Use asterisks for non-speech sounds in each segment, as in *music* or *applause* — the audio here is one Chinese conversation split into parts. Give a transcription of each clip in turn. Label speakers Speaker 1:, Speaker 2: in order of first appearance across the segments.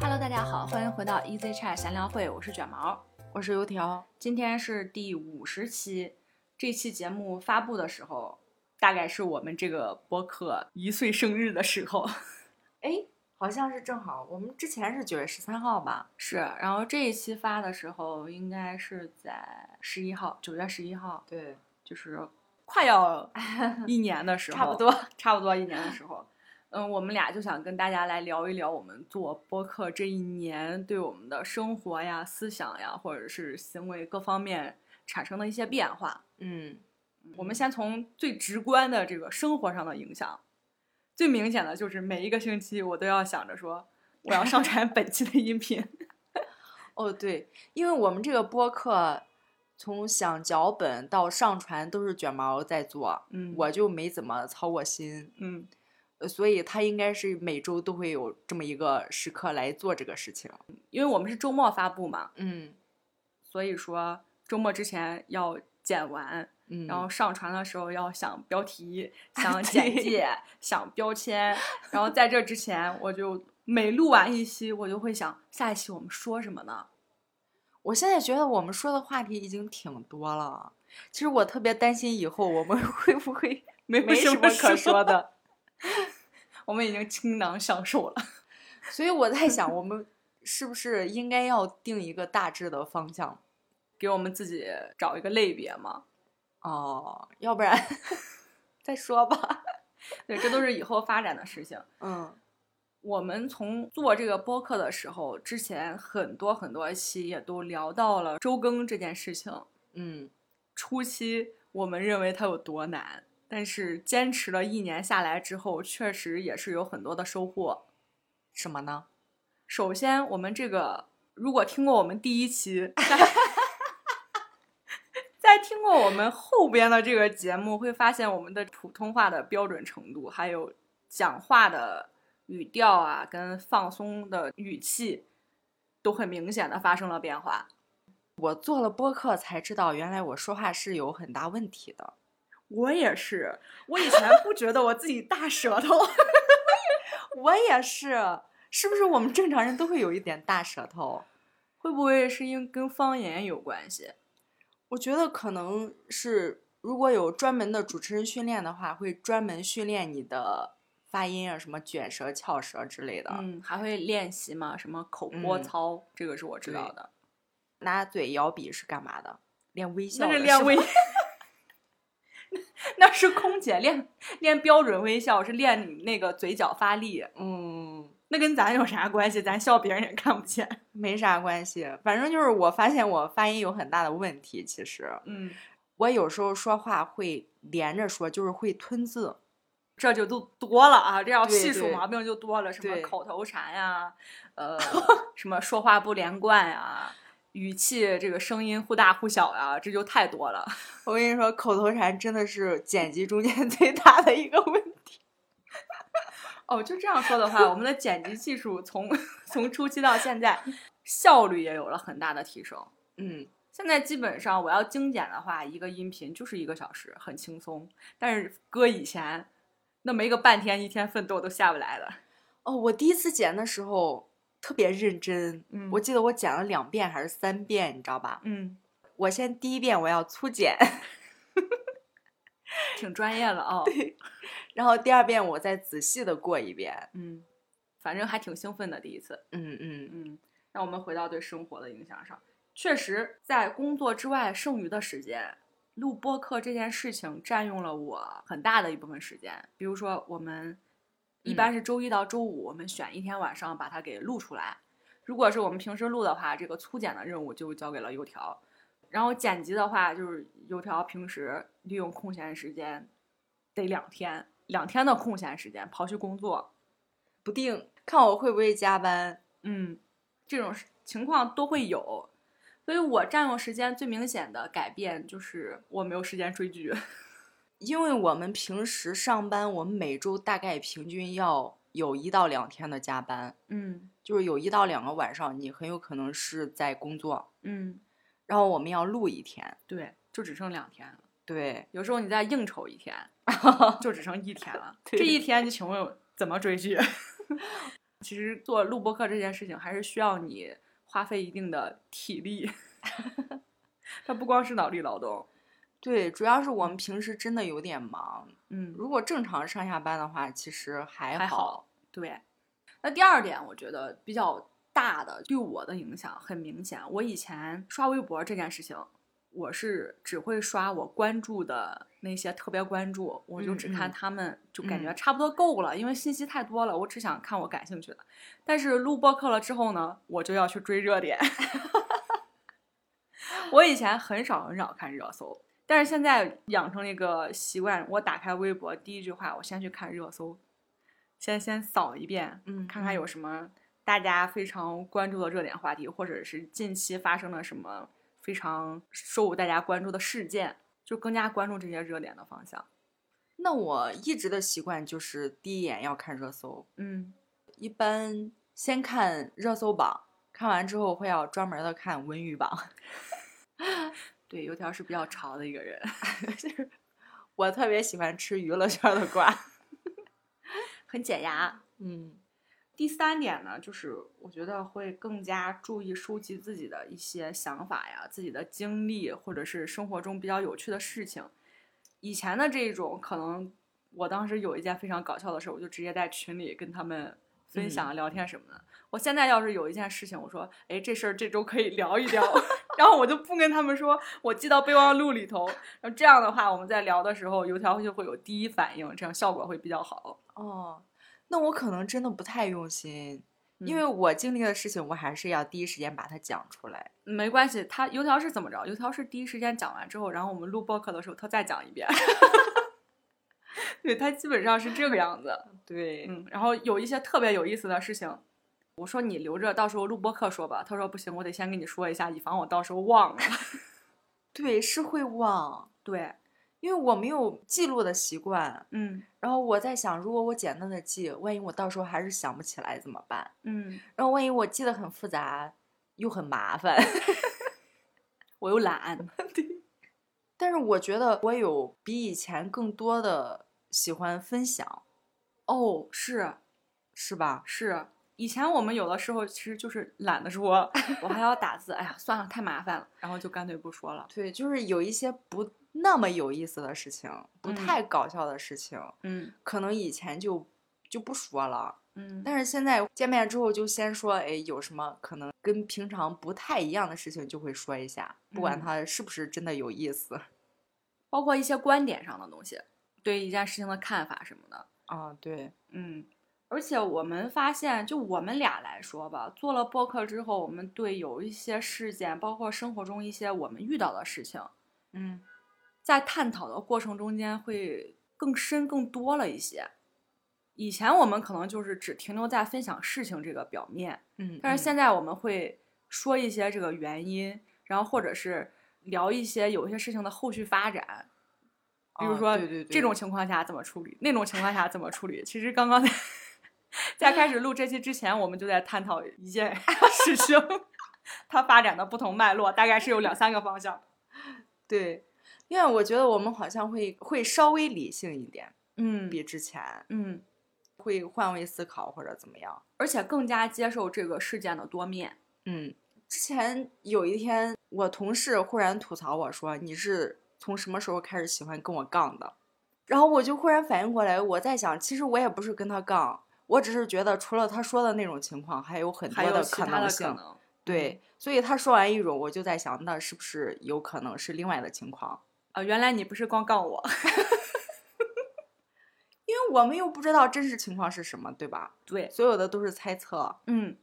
Speaker 1: Hello，大家好，欢迎回到 Easy Chat 闲聊会，我是卷毛，
Speaker 2: 我是油条。
Speaker 1: 今天是第五十期。这期节目发布的时候，大概是我们这个播客一岁生日的时
Speaker 2: *laughs*
Speaker 1: 候。
Speaker 2: 哎，好像是正好，我们之前是九月十三号吧？
Speaker 1: 是，然后这一期发的时候应该是在十一号，九月十一号，
Speaker 2: 对，
Speaker 1: 就是快要一年的时
Speaker 2: *laughs*
Speaker 1: 候，
Speaker 2: 差不多。
Speaker 1: 差不多一年的时候，嗯，我们俩就想跟大家来聊一聊我们做播客这一年对我们的生活呀、思想呀，或者是行为各方面产生的一些变化。
Speaker 2: 嗯，
Speaker 1: 我们先从最直观的这个生活上的影响，最明显的就是每一个星期我都要想着说，我要上传本期的
Speaker 2: *laughs*
Speaker 1: 音频。
Speaker 2: 哦对，因为我们这个播客从想脚本到上传都是卷毛在做，
Speaker 1: 嗯
Speaker 2: 我就没怎么操过心，
Speaker 1: 嗯，
Speaker 2: 呃所以他应该是每周都会有这么一个时刻来做这个事情。
Speaker 1: 因为我们是周末发布嘛，
Speaker 2: 嗯
Speaker 1: 所以说周末之前要剪完，
Speaker 2: 嗯，
Speaker 1: 然后上传的时候要想标
Speaker 2: *laughs*
Speaker 1: 题、想简介、想标签，然后在这之前，我就每录完一期，我就会想下一期我们说什么呢？
Speaker 2: 我现在觉得我们说的话题已经挺多了，其实我特别担心以后我们 *laughs* 会不会
Speaker 1: 没
Speaker 2: 没什么可说
Speaker 1: 的，
Speaker 2: 的，
Speaker 1: *laughs* 我们已经倾囊相授了。
Speaker 2: 所以我在想，我们是不是应该要定一个大致的方向？
Speaker 1: 给我们自己找一个类别嘛。
Speaker 2: 哦，要不然 *laughs* 再说吧。
Speaker 1: 对，这都是以后发展的事情。
Speaker 2: 嗯
Speaker 1: 我们从做这个播客的时候，之前很多很多期也都聊到了周更这件事情。
Speaker 2: 嗯，
Speaker 1: 初期我们认为它有多难，但是坚持了一年下来之后，确实也是有很多的收获。
Speaker 2: 什么呢？
Speaker 1: 首先，我们这个如果听过我们第一期，再再听过我们后边的这个节目，会发现我们的普通话的标准程度，还有讲话的语调啊，跟放松的语气，都很明显的发生了变化。
Speaker 2: 我做了播客才知道，原来我说话是有很大问题的。
Speaker 1: 我也是，我以前不觉得我自己大舌头， *laughs*
Speaker 2: 我也是，是不是我们正常人都会有一点大舌头？
Speaker 1: 会不会是因为跟方言有关系？
Speaker 2: 我觉得可能是，如果有专门的主持人训练的话，会专门训练你的发音啊，什么卷舌、翘舌之类的。
Speaker 1: 嗯，还会练习吗？什么口播
Speaker 2: 啊嗯
Speaker 1: 操，这个是我知道
Speaker 2: 对
Speaker 1: 的。
Speaker 2: 拿嘴摇笔是干嘛的？练微笑
Speaker 1: 那
Speaker 2: 的
Speaker 1: 是
Speaker 2: 是
Speaker 1: 练
Speaker 2: 吧
Speaker 1: 微，那是空姐练练标准微笑，是练你那个嘴角发力，
Speaker 2: 嗯，
Speaker 1: 那跟咱有啥关系？咱笑别人也看不见。
Speaker 2: 没啥关系。反正就是我发现我发音有很大的问题，其实
Speaker 1: 嗯，
Speaker 2: 我有时候说话会连着说，就是会吞字。
Speaker 1: 这就都多了啊，这要
Speaker 2: 对
Speaker 1: 细数
Speaker 2: 对
Speaker 1: 毛病就多了，什么
Speaker 2: 对
Speaker 1: 口头禅呀、 *laughs* 呃，什么说话不连贯呀、语气这个声音忽大忽小呀、这就太多了。
Speaker 2: 我跟你说，口头禅真的是剪辑中间 *laughs* 最大的一个问题。
Speaker 1: 哦，就这样说的话，我们的剪辑技术从 *laughs* 从初期到现在，效率也有了很大的提升。
Speaker 2: 嗯，
Speaker 1: 现在基本上我要精简的话，一个音频就是一个小时，很轻松。但是搁以前，那没个半天一天奋斗都下不来的。
Speaker 2: 哦，我第一次剪的时候特别认真，
Speaker 1: 嗯
Speaker 2: 我记得我剪了两遍还是三遍，你知道吧？
Speaker 1: 嗯，
Speaker 2: 我先第一遍我要粗剪， *laughs*
Speaker 1: 挺专业了 *laughs* 哦。
Speaker 2: 然后第二遍我再仔细的过一遍。
Speaker 1: 嗯，反正还挺兴奋的第一次。
Speaker 2: 嗯嗯，
Speaker 1: 嗯，让我们回到对生活的影响上，确实在工作之外剩余的时间，录播课这件事情占用了我很大的一部分时间。比如说，我们一般是周一到周五，我们选一天晚上把它给录出来。如果是我们平时录的话，这个粗剪的任务就交给了油条，然后剪辑的话，就是油条平时利用空闲时间得两天，两天的空闲时间刨去工作，
Speaker 2: 不定看我会不会加班。
Speaker 1: 嗯，这种事情况都会有。所以我占用时间最明显的改变就是我没有时间追剧。 *laughs*
Speaker 2: 因为我们平时上班，我们每周大概平均要有一到两天的加班，
Speaker 1: 嗯
Speaker 2: 就是有一到两个晚上，你很有可能是在工作，
Speaker 1: 嗯，
Speaker 2: 然后我们要录一天。
Speaker 1: 对，就只剩两天了。
Speaker 2: 对，
Speaker 1: 有时候你再应酬一 *laughs* 天，就只剩一天了。这
Speaker 2: 对
Speaker 1: 一天，你请问怎么追剧？ *laughs* 其实做录播课这件事情还是需要你花费一定的体力， *laughs* 它不光是脑力劳动。
Speaker 2: 对，主要是我们平时真的有点忙。
Speaker 1: 嗯，
Speaker 2: 如果正常上下班的话，其实还
Speaker 1: 还好。对。那第二点，我觉得比较大的对我的影响很明显。我以前刷微博这件事情，我是只会刷我关注的那些特别关注，我就只
Speaker 2: 嗯
Speaker 1: 看
Speaker 2: 嗯
Speaker 1: 他们，就感觉
Speaker 2: 嗯
Speaker 1: 差不多够了，因为信息太多了，我只想看我感兴趣的。但是录播课了之后呢，我就要去追热点。 *laughs* 我以前很少很少看热搜，但是现在养成了一个习惯，我打开微博第一句话，我先去看热搜，先先扫一遍，
Speaker 2: 嗯，
Speaker 1: 看看有什么大家非常关注的热点话题，或者是近期发生了什么非常受大家关注的事件，就更加关注这些热点的方向。
Speaker 2: 那我一直的习惯就是第一眼要看热搜，
Speaker 1: 嗯
Speaker 2: 一般先看热搜榜，看完之后会要专门的看文娱榜。 *laughs*
Speaker 1: 对，油条是比较潮的一个人， *laughs*
Speaker 2: 我特别喜欢吃娱乐圈的
Speaker 1: *laughs*
Speaker 2: 瓜。
Speaker 1: 很解压。
Speaker 2: 嗯
Speaker 1: 第三点呢，就是我觉得会更加注意收集自己的一些想法呀、自己的经历，或者是生活中比较有趣的事情。以前的这种，可能我当时有一件非常搞笑的事，我就直接在群里跟他们分享、啊聊天什么的。我现在要是有一件事情，我说，哎，这事儿这周可以聊一聊， *laughs* 然后我就不跟他们说，我记到备忘录里头。然后这样的话，我们在聊的时候，油条就会有第一反应，这样效果会比较好。
Speaker 2: 哦，那我可能真的不太用心，因为
Speaker 1: 嗯
Speaker 2: 我经历的事情，我还是要第一时间把它讲出来。
Speaker 1: 没关系，他油条是怎么着？油条是第一时间讲完之后，然后我们录播客的时候，他再讲一遍。 *laughs* 对他基本上是这个样子，
Speaker 2: 对
Speaker 1: 嗯，然后有一些特别有意思的事情，我说你留着到时候录播课说吧，他说不行，我得先跟你说一下，以防我到时候忘了。 *laughs*
Speaker 2: 对，是会忘，
Speaker 1: 对，
Speaker 2: 因为我没有记录的习惯。
Speaker 1: 嗯
Speaker 2: 然后我在想，如果我简单的记，万一我到时候还是想不起来怎么办？
Speaker 1: 嗯，
Speaker 2: 然后万一我记得很复杂，又很麻烦。 *laughs*
Speaker 1: 我又懒，
Speaker 2: 但是我觉得我有比以前更多的喜欢分享，
Speaker 1: 哦，是
Speaker 2: 是吧？
Speaker 1: 是，以前我们有的时候其实就是懒得说， *laughs* 我还要打字，哎呀，算了，太麻烦了，然后就干脆不说了。
Speaker 2: 对，就是有一些不那么有意思的事情，不
Speaker 1: 嗯
Speaker 2: 太搞笑的事情，
Speaker 1: 嗯
Speaker 2: 可能以前就就不说了。
Speaker 1: 嗯，
Speaker 2: 但是现在见面之后，就先说，哎，有什么可能跟平常不太一样的事情，就会说一下，不管
Speaker 1: 嗯
Speaker 2: 它是不是真的有意思。 *laughs*
Speaker 1: 包括一些观点上的东西，对一件事情的看法什么的。
Speaker 2: 啊，对，
Speaker 1: 嗯，而且我们发现，就我们俩来说吧，做了播客之后，我们对有一些事件，包括生活中一些我们遇到的事情，
Speaker 2: 嗯，
Speaker 1: 在探讨的过程中间会更深、更多了一些。以前我们可能就是只停留在分享事情这个表面，
Speaker 2: 嗯，
Speaker 1: 但是现
Speaker 2: 在
Speaker 1: 在我们会说一些这个原因，然后或者是聊一些有一些事情的后续发展，比如
Speaker 2: 嗯
Speaker 1: 说、
Speaker 2: 哦啊对对对
Speaker 1: 这种情况下怎么处理，那种情况下怎么处理。其实刚刚 *laughs* 在在开始录这期之前，我们就在探讨一件 *laughs* 事情，它发展的不同脉络，大概是有两三个方向。
Speaker 2: 对，因为我觉得我们好像会会稍微理性一点，
Speaker 1: 嗯
Speaker 2: 比之前
Speaker 1: 嗯，
Speaker 2: 会换位思考或者怎么样。
Speaker 1: 而且更加接受这个事件的多面。
Speaker 2: 嗯，之前有一天，我同事忽然吐槽我说：“你是从什么时候开始喜欢跟我杠的？”然后我就忽然反应过来，我在想，其实我也不是跟他杠，我只是觉得除了他说的那种情况，还有很多
Speaker 1: 还有其
Speaker 2: 可
Speaker 1: 他
Speaker 2: 能
Speaker 1: 的
Speaker 2: 性。
Speaker 1: 可能，嗯
Speaker 2: 对，所以他说完一种，我就在想，那是不是有可能是另外的情况？
Speaker 1: 呃，原来你不是光杠我， *laughs*
Speaker 2: 因为我们又不知道真实情况是什么，对吧？
Speaker 1: 对，
Speaker 2: 所有的都是猜测，
Speaker 1: 嗯，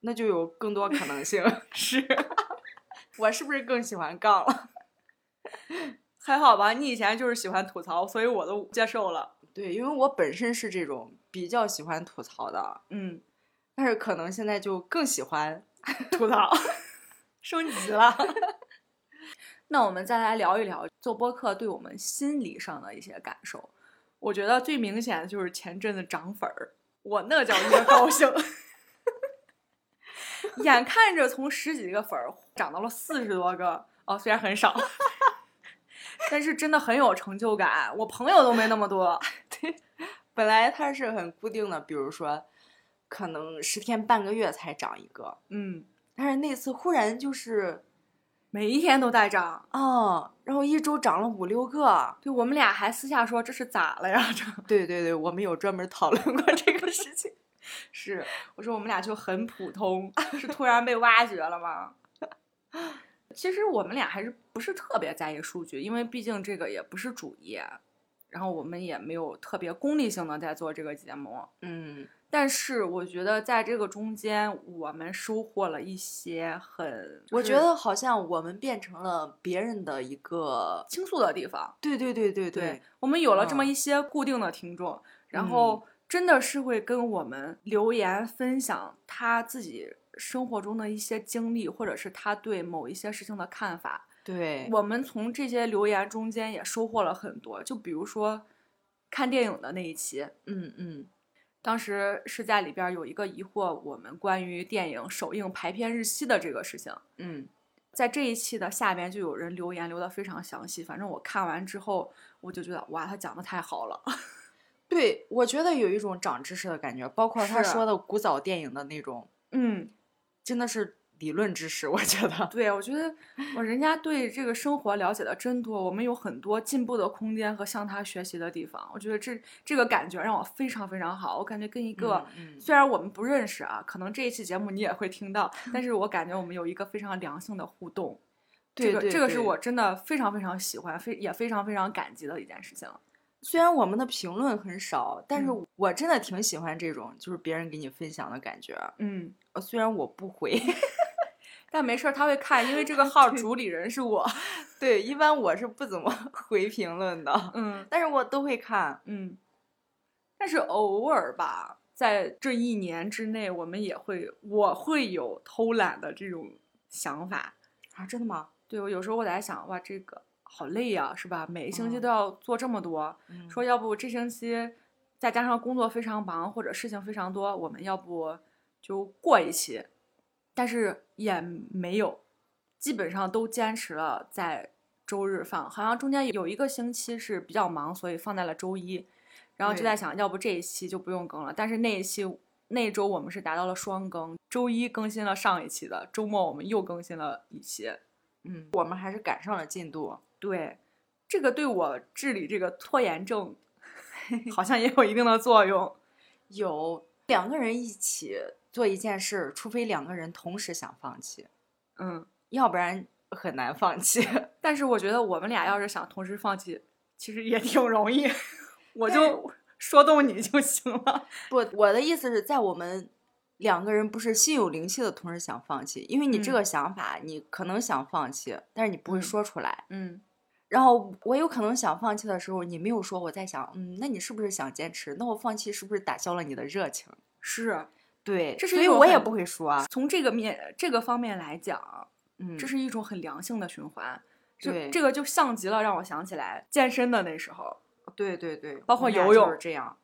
Speaker 2: 那就有更多可能性。
Speaker 1: *laughs* 是，
Speaker 2: *laughs* 我是不是更喜欢杠了？
Speaker 1: 还好吧？你以前就是喜欢吐槽，所以我都接受了。
Speaker 2: 对，因为我本身是这种比较喜欢吐槽的，
Speaker 1: 嗯，
Speaker 2: 但是可能现在就更喜欢。
Speaker 1: 吐槽，升级了。 *laughs* 那我们再来聊一聊做播客对我们心理上的一些感受。我觉得最明显的就是前阵子涨粉儿，我那叫一个高兴， *laughs* 眼看着从十几个粉儿涨到了四十多个，哦，虽然很少， *laughs* 但是真的很有成就感。我朋友都没那么多，
Speaker 2: 本来它是很固定的，比如说可能十天半个月才长一个，
Speaker 1: 嗯，
Speaker 2: 但是那次忽然就是
Speaker 1: 每一天都在长。
Speaker 2: 哦，然后一周长了五六个。
Speaker 1: 对我们俩还私下说这是咋了呀？这
Speaker 2: 对对对，我们有专门讨论过这个事情。
Speaker 1: 是我说我们俩就很普通， *laughs* 是突然被挖掘了吗？其实我们俩还是不是特别在意数据，因为毕竟这个也不是主业，然后我们也没有特别功利性的在做这个节目。
Speaker 2: 嗯
Speaker 1: 但是我觉得在这个中间，我们收获了一些很，
Speaker 2: 我
Speaker 1: 就
Speaker 2: 觉
Speaker 1: 是
Speaker 2: 得好像我们变成了别人的一个，
Speaker 1: 倾诉的地方。
Speaker 2: 对对对对
Speaker 1: 对，我们有了这么
Speaker 2: 嗯
Speaker 1: 一些固定的听众，然后真的是会跟我们留言分享他自己生活中的一些经历，或者是他对某一些事情的看法。
Speaker 2: 对，
Speaker 1: 我们从这些留言中间也收获了很多，就比如说看电影的那一期，
Speaker 2: 嗯嗯
Speaker 1: 当时是在里边儿有一个疑惑我们关于电影首映排片日期的这个事情，
Speaker 2: 嗯，
Speaker 1: 在这一期的下边就有人留言留的非常详细，反正我看完之后我就觉得哇，他讲的太好了，
Speaker 2: 对，我觉得有一种长知识的感觉，包括他
Speaker 1: 是
Speaker 2: 说的古早电影的那种，
Speaker 1: 嗯，
Speaker 2: 真的是理论知识，我觉 *laughs* 得。
Speaker 1: 对，我觉得我人家对这个生活了解的真多，我们有很多进步的空间和向他学习的地方，我觉得这这个感觉让我非常非常好，我感觉跟一个。
Speaker 2: 嗯，嗯
Speaker 1: 虽然我们不认识啊，可能这一期节目你也会
Speaker 2: *laughs*
Speaker 1: 听到，但是我感觉我们有一个非常良性的互动，
Speaker 2: 对对
Speaker 1: 这个这个是
Speaker 2: 对
Speaker 1: 我真的非常非常喜欢，非也非常非常感激的一件事情。
Speaker 2: 虽然我们的评论很少，但是
Speaker 1: 嗯
Speaker 2: 我真的挺喜欢这种，就是别人给你分享的感觉。
Speaker 1: 嗯，
Speaker 2: 呃虽然我不 *laughs* 回，
Speaker 1: 但没事儿，他会看，因为这个号主理人是
Speaker 2: *laughs*
Speaker 1: 我。
Speaker 2: 对，一般我是不怎么 *laughs* 回评论的， *laughs*
Speaker 1: 嗯
Speaker 2: 但是我都会看。
Speaker 1: 嗯，但是偶尔吧，在这一年之内，我们也会，我会有偷懒的这种想法。
Speaker 2: 啊，真的吗？
Speaker 1: 对我有时候我在想，哇，这个好累呀、是吧？每一星期
Speaker 2: 嗯
Speaker 1: 都要做这么多。
Speaker 2: 嗯
Speaker 1: 说要不这星期再加上工作非常忙或者事情非常多，我们要不就过一期，但是也没有，基本上都坚持了在周日放，好像中间有一个星期是比较忙，所以放在了周一，然后就
Speaker 2: 对
Speaker 1: 在想，要不这一期就不用更了，但是那一期。那一周我们是达到了双更，周一更新了上一期的，周末我们又更新了一期。
Speaker 2: 嗯，我们还是赶上了进度。
Speaker 1: 对，这个对我治理这个拖延
Speaker 2: *laughs*
Speaker 1: 症好像也有一定的作用。
Speaker 2: 有两个人一起做一件事儿，除非两个人同时想放弃，
Speaker 1: 嗯，
Speaker 2: 要不然很难放弃。
Speaker 1: 但是我觉得我们俩要是想同时放弃，其实也挺容易，我
Speaker 2: 但
Speaker 1: 就说动你就行了。
Speaker 2: 不，我的意思是在我们两个人不是心有灵犀的同时想放弃，因为你这
Speaker 1: 嗯
Speaker 2: 个想法，你可能想放弃，但是你不会
Speaker 1: 嗯
Speaker 2: 说出来。
Speaker 1: 嗯，
Speaker 2: 然后我有可能想放弃的时候，你没有说，我在想，嗯，那你是不是想坚持？那我放弃是不是打消了你的热情？
Speaker 1: 是
Speaker 2: 对，
Speaker 1: 这是
Speaker 2: 所
Speaker 1: 一
Speaker 2: 以
Speaker 1: 种
Speaker 2: 我也
Speaker 1: 很
Speaker 2: 不会说啊。
Speaker 1: 从这个面这个方面来讲，
Speaker 2: 嗯，
Speaker 1: 这是一种很良性的循环。就
Speaker 2: 对
Speaker 1: 这个就像极了让我想起来健身的那时候，
Speaker 2: 对对对，
Speaker 1: 包
Speaker 2: 我
Speaker 1: 括
Speaker 2: 们俩
Speaker 1: 游
Speaker 2: 就
Speaker 1: 泳
Speaker 2: 是这样。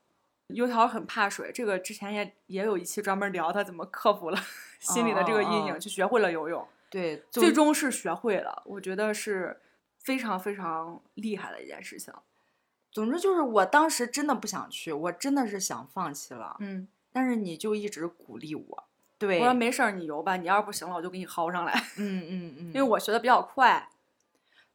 Speaker 1: 油条很怕水，这个之前也也有一期专门聊他怎么克服了心里的这个阴
Speaker 2: 哦哦
Speaker 1: 影，就学会了游泳。
Speaker 2: 对，就
Speaker 1: 最终是学会了，我觉得是非常非常厉害的一件事情。啊
Speaker 2: 总之就是，我当时真的不想去，我真的是想放弃了，
Speaker 1: 嗯，
Speaker 2: 但是你就一直鼓励我。
Speaker 1: 我
Speaker 2: 对，
Speaker 1: 说
Speaker 2: 嗯
Speaker 1: 没事儿，你游吧，你要是不行了，我就给你薅上来，
Speaker 2: 嗯嗯，
Speaker 1: 因为我学的比较快。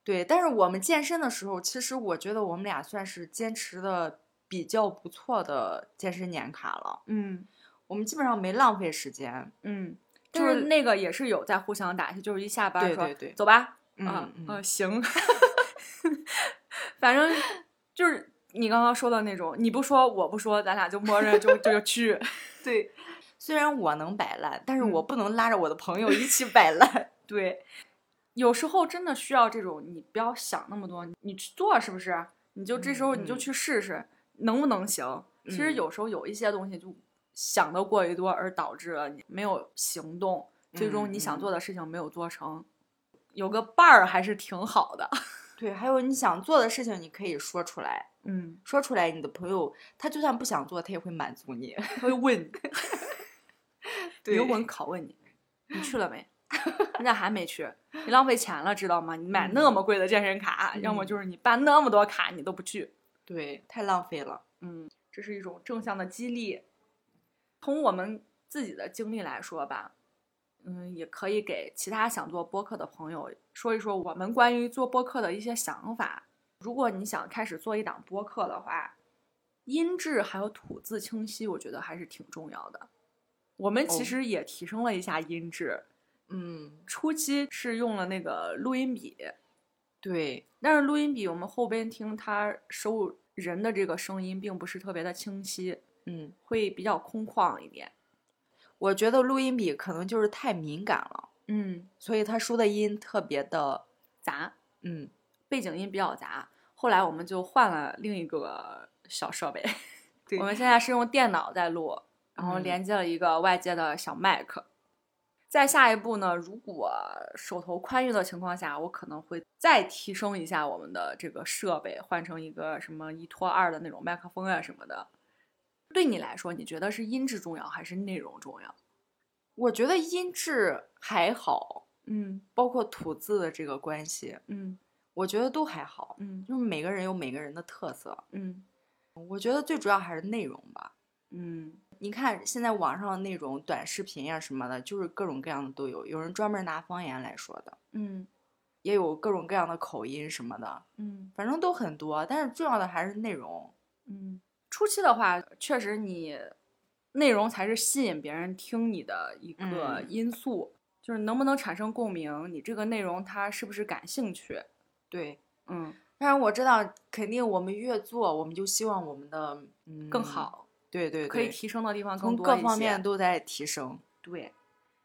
Speaker 2: 对，但是我们健身的时候，其实我觉得我们俩算是坚持的比较不错的健身年卡了。
Speaker 1: 嗯
Speaker 2: 我们基本上没浪费时间。
Speaker 1: 嗯，
Speaker 2: 就
Speaker 1: 就是是那个也是有在互相打气，就是一下班儿
Speaker 2: 对
Speaker 1: 说
Speaker 2: 对对
Speaker 1: 走吧，啊
Speaker 2: 嗯
Speaker 1: 啊、
Speaker 2: 嗯，
Speaker 1: 行， *laughs* 反正就是你刚刚说的那种，你不说我不说，咱俩就默认就就就去。 *laughs*
Speaker 2: 对。 *laughs* 虽然我能摆烂，但是
Speaker 1: 嗯
Speaker 2: 我不能拉着我的朋友一起摆烂。 *laughs*
Speaker 1: 对，有时候真的需要这种，你不要想那么多，你去做是不是？你就这时候
Speaker 2: 嗯
Speaker 1: 你就
Speaker 2: 嗯
Speaker 1: 去试试，能不能行？其实
Speaker 2: 嗯
Speaker 1: 有时候有一些东西就想的过于多，而导致了你没有行动，最终你
Speaker 2: 嗯
Speaker 1: 想
Speaker 2: 嗯
Speaker 1: 做的事情没有做成，有个伴儿还是挺好的。 *laughs*
Speaker 2: 对，还有你想做的事情，你可以说出来，
Speaker 1: 嗯，
Speaker 2: 说出来，你的朋友他就算不想做，他也会满足你。 *laughs*
Speaker 1: 他会问你
Speaker 2: 对
Speaker 1: 灵魂拷问你，你去了没？人家还没去，你浪费钱了，知道吗？你买那
Speaker 2: 嗯
Speaker 1: 么贵的健身卡，要么
Speaker 2: 嗯
Speaker 1: 就是你办那么多卡，你都不去。
Speaker 2: 对，太浪费了。
Speaker 1: 嗯，这是一种正向的激励。从我们自己的经历来说吧，嗯，也可以给其他想做播客的朋友说一说我们关于做播客的一些想法。如果你想开始做一档播客的话，音质还有吐字清晰，我觉得还是挺重要的。我们其
Speaker 2: 哦
Speaker 1: 实也提升了一下音质，
Speaker 2: 嗯，
Speaker 1: 初期是用了那个录音笔，
Speaker 2: 对，
Speaker 1: 但是录音笔我们后边听它收人的这个声音并不是特别的清晰，
Speaker 2: 嗯，
Speaker 1: 会比较空旷一点。
Speaker 2: 我觉得录音笔可能就是太敏感了，
Speaker 1: 嗯，
Speaker 2: 所以它输的音特别的，
Speaker 1: 杂，
Speaker 2: 嗯，
Speaker 1: 背景音比较杂。后来我们就换了另一个小设 *laughs* 备，
Speaker 2: 对
Speaker 1: 我们现在是用电脑在录，然后
Speaker 2: 嗯
Speaker 1: 连接了一个外接的小麦克。再下一步呢，如果手头宽裕的情况下，我可能会再提升一下我们的这个设备，换成一个什么一拖二的那种麦克风啊什么的。对你来说，你觉得是音质重要还是内容重要？
Speaker 2: 我觉得音质还好，
Speaker 1: 嗯
Speaker 2: 包括吐字的这个关系，
Speaker 1: 嗯
Speaker 2: 我觉得都还好，
Speaker 1: 嗯
Speaker 2: 就是每个人有每个人的特色，
Speaker 1: 嗯
Speaker 2: 我觉得最主要还是内容吧。
Speaker 1: 嗯
Speaker 2: 你看现在网上那种短视频呀、什么的，就是各种各样的都有，有人专门拿方言来说的，
Speaker 1: 嗯
Speaker 2: 也有各种各样的口音什么的，
Speaker 1: 嗯
Speaker 2: 反正都很多。但是重要的还是内容。
Speaker 1: 嗯。初期的话，确实你内容才是吸引别人听你的一个
Speaker 2: 嗯
Speaker 1: 因素，就是能不能产生共鸣，你这个内容它是不是感兴趣？
Speaker 2: 对，
Speaker 1: 嗯，
Speaker 2: 但是我知道，肯定我们越做，我们就希望我们的嗯
Speaker 1: 更。好，
Speaker 2: 对对对，
Speaker 1: 可以提升的地方
Speaker 2: 从
Speaker 1: 更多
Speaker 2: 各
Speaker 1: 一
Speaker 2: 方
Speaker 1: 些
Speaker 2: 面都在提升。
Speaker 1: 对，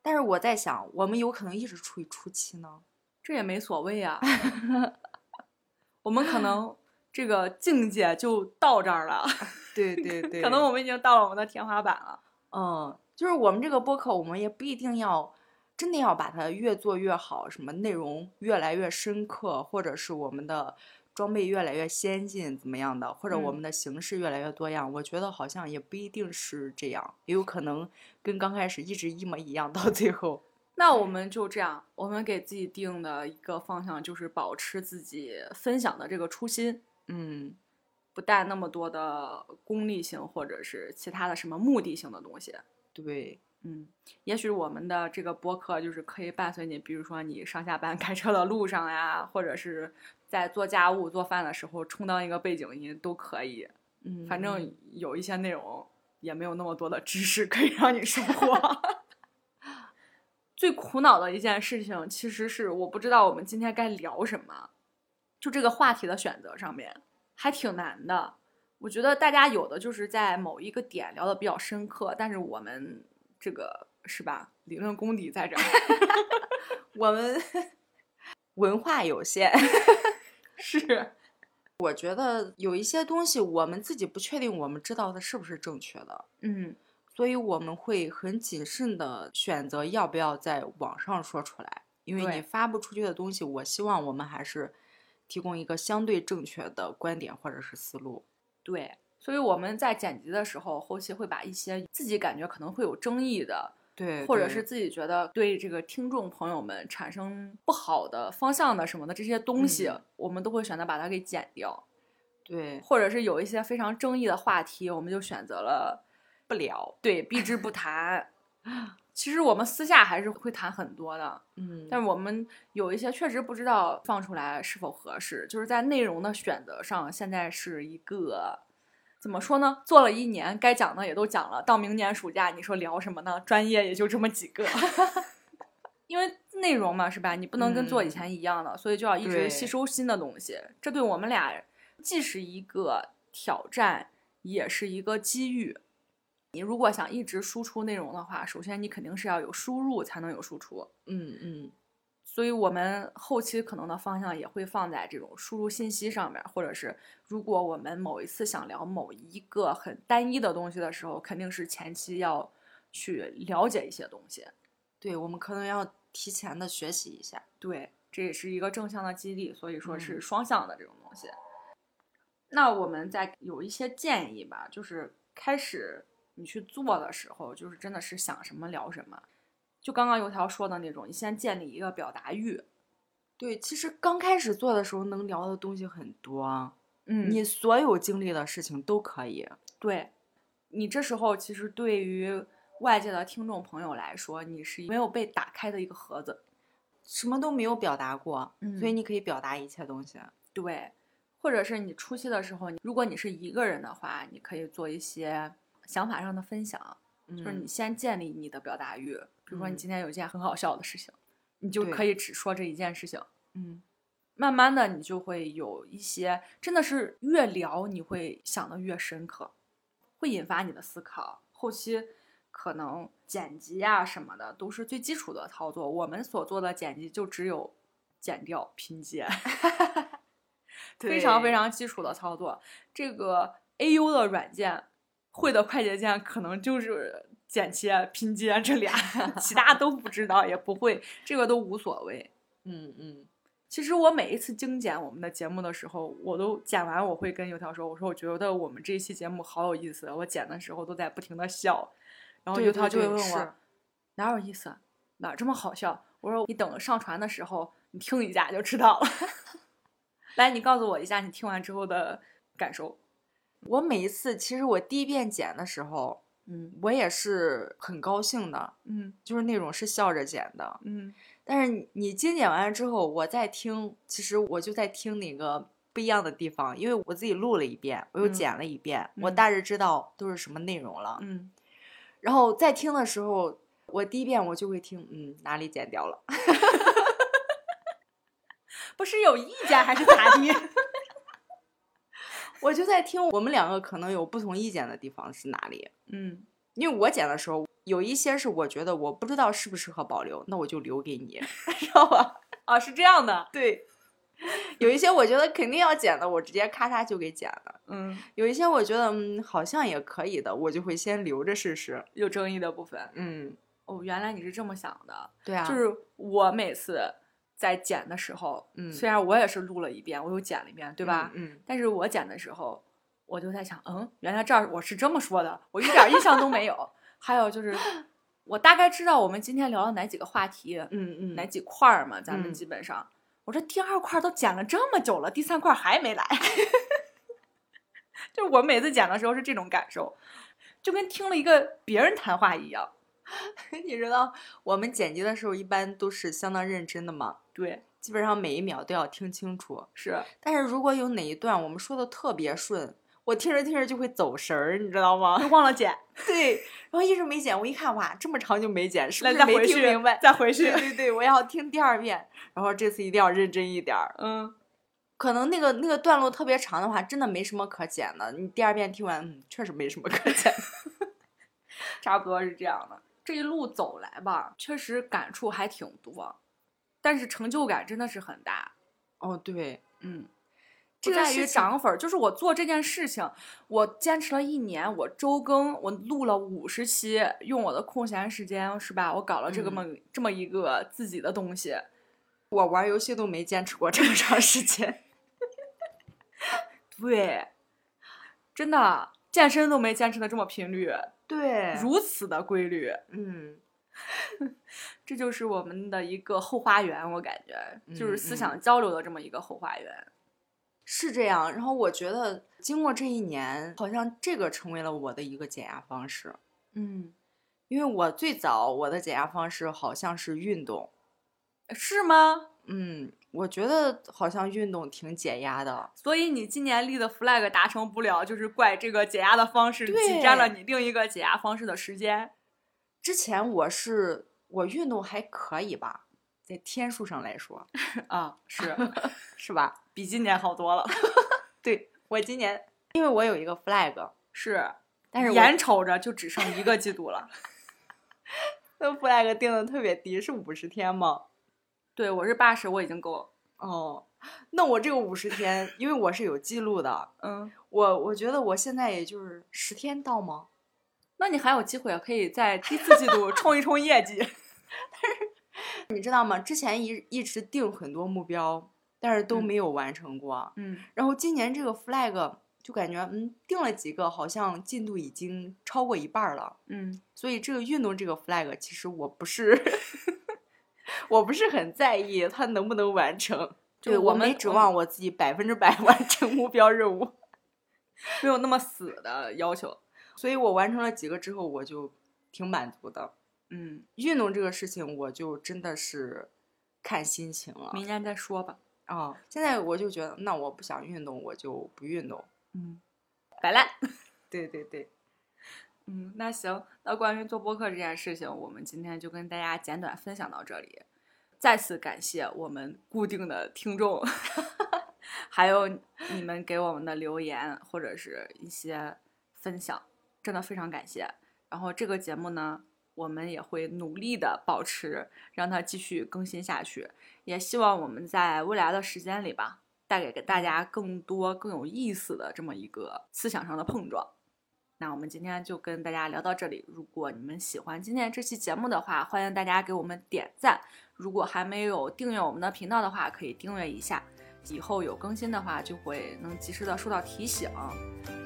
Speaker 2: 但是我在想，我们有可能一直处于初期呢。
Speaker 1: 这也没所
Speaker 2: *laughs*
Speaker 1: 谓啊。我们可能这个境界就到这儿了，
Speaker 2: 对 *laughs* 对对
Speaker 1: 可能我们已经到了我们的天花板了。
Speaker 2: 嗯，就是我们这个播客，我们也不一定要真的要把它越做越好，什么内容越来越深刻，或者是我们的装备越来越先进怎么样的，或者我
Speaker 1: 嗯
Speaker 2: 们的形式越来越多样。我觉得好像也不一定是这样，也有可能跟刚开始一直一模一样，到最后，
Speaker 1: 那我们就这样，我们给自己定的一个方向就是保持自己分享的这个初心，
Speaker 2: 嗯，
Speaker 1: 不带那么多的功利性或者是其他的什么目的性的东西。
Speaker 2: 对，
Speaker 1: 嗯，也许我们的这个播客就是可以伴随你，比如说你上下班 *laughs* 开车的路上呀，或者是在做家务、做饭的时候充当一个背景音都可以。
Speaker 2: 嗯，
Speaker 1: 反正有一些内容也没有那么多的知识可以让你收获。 *laughs* 最苦恼的一件事情其实是我不知道我们今天该聊什么，就这个话题的选择上面还挺难的。我觉得大家有的就是在某一个点聊的比较深刻，但是我们这个是吧，理论功底在这儿 *laughs*
Speaker 2: 我们 *laughs* 文化有限。
Speaker 1: 是，
Speaker 2: 我觉得有一些东西我们自己不确定我们知道的是不是正确的，
Speaker 1: 嗯
Speaker 2: 所以我们会很谨慎的选择要不要在网上说出来，因为
Speaker 1: 对
Speaker 2: 你发布出去的东西，我希望我们还是提供一个相对正确的观点或者是思路。
Speaker 1: 对，所以我们在剪辑的时候，后期会把一些自己感觉可能会有争议的
Speaker 2: 对，
Speaker 1: 或者
Speaker 2: 对
Speaker 1: 是自己觉得对这个听众朋友们产生不好的方向的什么的这些东西，
Speaker 2: 嗯
Speaker 1: 我们都会选择把它给剪掉，
Speaker 2: 对
Speaker 1: 或者是有一些非常争议的话题，我们就选择了
Speaker 2: 不聊，
Speaker 1: 对避之不谈。 *laughs* 其实我们私下还是会谈很多的，
Speaker 2: 嗯，
Speaker 1: 但是我们有一些确实不知道放出来是否合适，就是在内容的选择上，现在是一个怎么说呢？做了一年，该讲的也都讲了，到明年暑假你说聊什么呢？专业也就这么几个， *laughs* 因为内容嘛，是吧？你不能跟做以前一样的，所以就要一直
Speaker 2: 嗯对
Speaker 1: 吸收新的东西。这对我们俩既是一个挑战，也是一个机遇。你如果想一直输出内容的话，首先你肯定是要有输入才能有输出。
Speaker 2: 嗯嗯，
Speaker 1: 所以我们后期可能的方向也会放在这种输入信息上面儿，或者是如果我们某一次想聊某一个很单一的东西的时候，肯定是前期要去了解一些东西。
Speaker 2: 对，我们可能要提前的学习一下。
Speaker 1: 对，这也是一个正向的激励，所以说是
Speaker 2: 嗯
Speaker 1: 双向的这种东西。那我们再有一些建议吧，就是开始你去做的时候，就是真的是想什么聊什么。就刚刚油条说的那种，你先建立一个表达欲，
Speaker 2: 对，其实刚开始做的时候能聊的东西很多啊，
Speaker 1: 嗯
Speaker 2: 你所有经历的事情都可以。
Speaker 1: 对，你这时候其实对于外界的听众朋友来说，你是没有被打开的一个盒子。
Speaker 2: 什么都没有表达过，
Speaker 1: 嗯
Speaker 2: 所以你可以表达一切东西。
Speaker 1: 对，或者是你初期的时候，你如果你是一个人的话，你可以做一些想法上的分享，
Speaker 2: 就
Speaker 1: 就是你先建立你的表达欲。比如说，你
Speaker 2: 嗯
Speaker 1: 今天有一件很好笑的事情，你就
Speaker 2: 对
Speaker 1: 可以只说这一件事情。
Speaker 2: 嗯，
Speaker 1: 慢慢的，你就会有一些，真的是越聊你会想的越深刻，会引发你的思考。后期可能剪辑啊什么的都是最基础的操作，我们所做的剪辑就只有剪掉、拼接，非常非常基础的操作。这个 A U 的软件会的快捷键可能就是剪切、拼接这俩， *laughs* 其他都不知道也不会，这个都无所谓。
Speaker 2: 嗯嗯，
Speaker 1: 其实我每一次精简我们的节目的时候，我都剪完，我会跟油条说：“我说我觉得我们这一期节目好有意思，我剪的时候都在不停的笑。”然后
Speaker 2: 对
Speaker 1: 油
Speaker 2: 对
Speaker 1: 条就会
Speaker 2: 对
Speaker 1: 问
Speaker 2: 是
Speaker 1: 我：“哪有意思？哪儿这么好笑？”我说：“你等上传的时候，你听一下就知道了。” *laughs* 来，你告诉我一下你听完之后的感受。
Speaker 2: 我每一次其实我第一遍剪的时候，
Speaker 1: 嗯
Speaker 2: 我也是很高兴的，
Speaker 1: 嗯
Speaker 2: 就是那种是笑着剪的。
Speaker 1: 嗯
Speaker 2: 但是你精简完了之后，我在听，其实我就在听那个不一样的地方，因为我自己录了一遍，我又
Speaker 1: 嗯
Speaker 2: 剪了一遍，我
Speaker 1: 嗯
Speaker 2: 大致知道都是什么内容了。
Speaker 1: 嗯，
Speaker 2: 然后在听的时候，我第一遍我就会听，嗯，哪里剪掉了？ *laughs*
Speaker 1: 不是有意见还是咋地？ *laughs*
Speaker 2: 我就在听我们两个可能有不同意见的地方是哪里。
Speaker 1: 嗯
Speaker 2: 因为我剪的时候，有一些是我觉得我不知道适不适合保留，那我就留给你，知道吧？
Speaker 1: 啊，是这样的。
Speaker 2: 对。 *laughs* 有一些我觉得肯定要剪的，我直接咔嚓就给剪了；
Speaker 1: 嗯，
Speaker 2: 有一些我觉得嗯好像也可以的，我就会先留着试试。
Speaker 1: 有争议的部分。
Speaker 2: 嗯，
Speaker 1: 哦，原来你是这么想的。
Speaker 2: 对啊，
Speaker 1: 就是我每次在剪的时候，
Speaker 2: 嗯
Speaker 1: 虽然我也是录了一遍，我又剪了一遍，对
Speaker 2: 对
Speaker 1: 吧？
Speaker 2: 嗯，
Speaker 1: 但是我剪的时候，我就在想，嗯，原来这儿我是这么说的，我一点儿印象都没有。还有
Speaker 2: *laughs*
Speaker 1: 就是，我大概知道我们今天聊了哪几个话题，
Speaker 2: 嗯嗯
Speaker 1: 哪几块儿嘛，咱们
Speaker 2: 嗯
Speaker 1: 基本上，我这第二块儿都剪了这么久了，第三块儿还没来， *laughs* 就是我每次剪的时候是这种感受，就跟听了一个别人谈话一样。
Speaker 2: *laughs* 你知道我们剪辑的时候一般都是相当认真的嘛，
Speaker 1: 对，
Speaker 2: 基本上每一秒都要听清楚。
Speaker 1: 是，
Speaker 2: 但是如果有哪一段我们说的特别顺，我听着听着就会走神儿，你知道吗？
Speaker 1: 就忘了剪。
Speaker 2: *laughs* 对，然后一直没剪，我一看哇，这么长就没剪，是不
Speaker 1: 来
Speaker 2: 是
Speaker 1: 再
Speaker 2: 没
Speaker 1: 回
Speaker 2: 听
Speaker 1: *laughs* 去，
Speaker 2: 明白？
Speaker 1: 再回去
Speaker 2: 对。对对，我要听第二遍，然后这次一定要认真一点儿。
Speaker 1: 嗯，
Speaker 2: 可能那个那个段落特别长的话，真的没什么可剪的。你第二遍听完，嗯，确实没什么可剪的。 *laughs*
Speaker 1: 差不多是这样的。这一路走来吧，确实感触还挺多，但是成就感真的是很大。
Speaker 2: 哦，对，
Speaker 1: 嗯，
Speaker 2: 这
Speaker 1: 这
Speaker 2: 个
Speaker 1: 在
Speaker 2: 事
Speaker 1: 于
Speaker 2: 情
Speaker 1: 涨粉儿，就是我做这件事情，我坚持了一年，我周更，我录了五十期，用我的空闲时间是吧？我搞了这个
Speaker 2: 嗯
Speaker 1: 么、这么一个自己的东西，
Speaker 2: 我玩游戏都没坚持过这么长时间。 *laughs*
Speaker 1: 对，真的健身都没坚持的这么频率，
Speaker 2: 对如
Speaker 1: 如此的规律，
Speaker 2: 嗯，
Speaker 1: 这就是我们的一个后花园，我感觉就是
Speaker 2: 嗯
Speaker 1: 思
Speaker 2: 嗯
Speaker 1: 想交流的这么一个后花园。
Speaker 2: 是这样。然后我觉得经过这一年，好像这个成为了我的一个减压方式。
Speaker 1: 嗯，
Speaker 2: 因为我最早我的减压方式好像是运动，
Speaker 1: 呃是吗？
Speaker 2: 嗯，我觉得好像运动挺解压的。
Speaker 1: 所以你今年立的 flag 达成不了，就是怪这个解压的方式
Speaker 2: 对
Speaker 1: 挤占了你另一个解压方式的时间。 *laughs*
Speaker 2: 之前我是我运动还可以吧，在天数上来说，
Speaker 1: 啊， *laughs* 是
Speaker 2: 是吧？
Speaker 1: 比今年好多了。 *laughs*
Speaker 2: 对我今年，因为我有一个 flag，
Speaker 1: 是，
Speaker 2: 但是我
Speaker 1: 眼瞅着就只剩一个季度 *laughs* 了。
Speaker 2: 那 flag 定的特别低，是五十天吗？
Speaker 1: 对，我是八十，我已经够了。
Speaker 2: *laughs* 哦，那我这个五十天，因为我是有记录的，
Speaker 1: 嗯，
Speaker 2: 我我觉得我现在也就是十天到吗？
Speaker 1: 那你还有机会可以在第四季度冲一冲业绩。
Speaker 2: 你知道吗？之前一一直定很多目标，但是都
Speaker 1: 嗯
Speaker 2: 没有完成过。
Speaker 1: *laughs* 嗯，
Speaker 2: 然后今年这个 flag 就感觉，嗯，定了几个，好像进度已经超过一半儿了。
Speaker 1: 嗯，
Speaker 2: 所以这个运动这个 flag，其实我不是， *laughs* 我不是很在意它能不能完成。
Speaker 1: 就
Speaker 2: 对
Speaker 1: 我
Speaker 2: 我没
Speaker 1: 们
Speaker 2: 指
Speaker 1: 我
Speaker 2: 望我自 *laughs* 己百分之百完成目标任务。
Speaker 1: 没有那么死的要求。
Speaker 2: 所以我完成了几个之后，我就挺满足的。
Speaker 1: 嗯，
Speaker 2: 运动这个事情，我就真的是看心情了
Speaker 1: 明年再说吧。
Speaker 2: 啊、现在我就觉得，那我不想运动，我就不运动。
Speaker 1: 嗯，摆烂。
Speaker 2: 对对对，
Speaker 1: 嗯，那行，那关于做播客这件事情，我们今天就跟大家简短分享到这里。再次感谢我们固定的听众， *laughs* 还有你们给我们的留言或者是一些分享，真的非常感谢。然后这个节目呢，我们也会努力的保持，让它继续更新下去。也希望我们在未来的时间里吧，带给给大家更多更有意思的这么一个思想上的碰撞。那我们今天就跟大家聊到这里。如果你们喜欢今天这期节目的话，欢迎大家给我们点赞。如果还没有订阅我们的频道的话，可以订阅一下。以后有更新的话，就会能及时的收到提醒。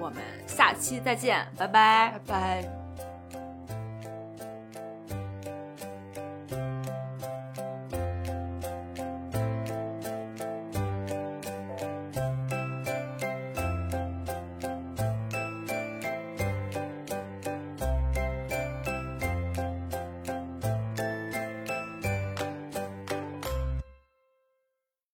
Speaker 1: 我们下期再见，拜拜
Speaker 2: 拜拜。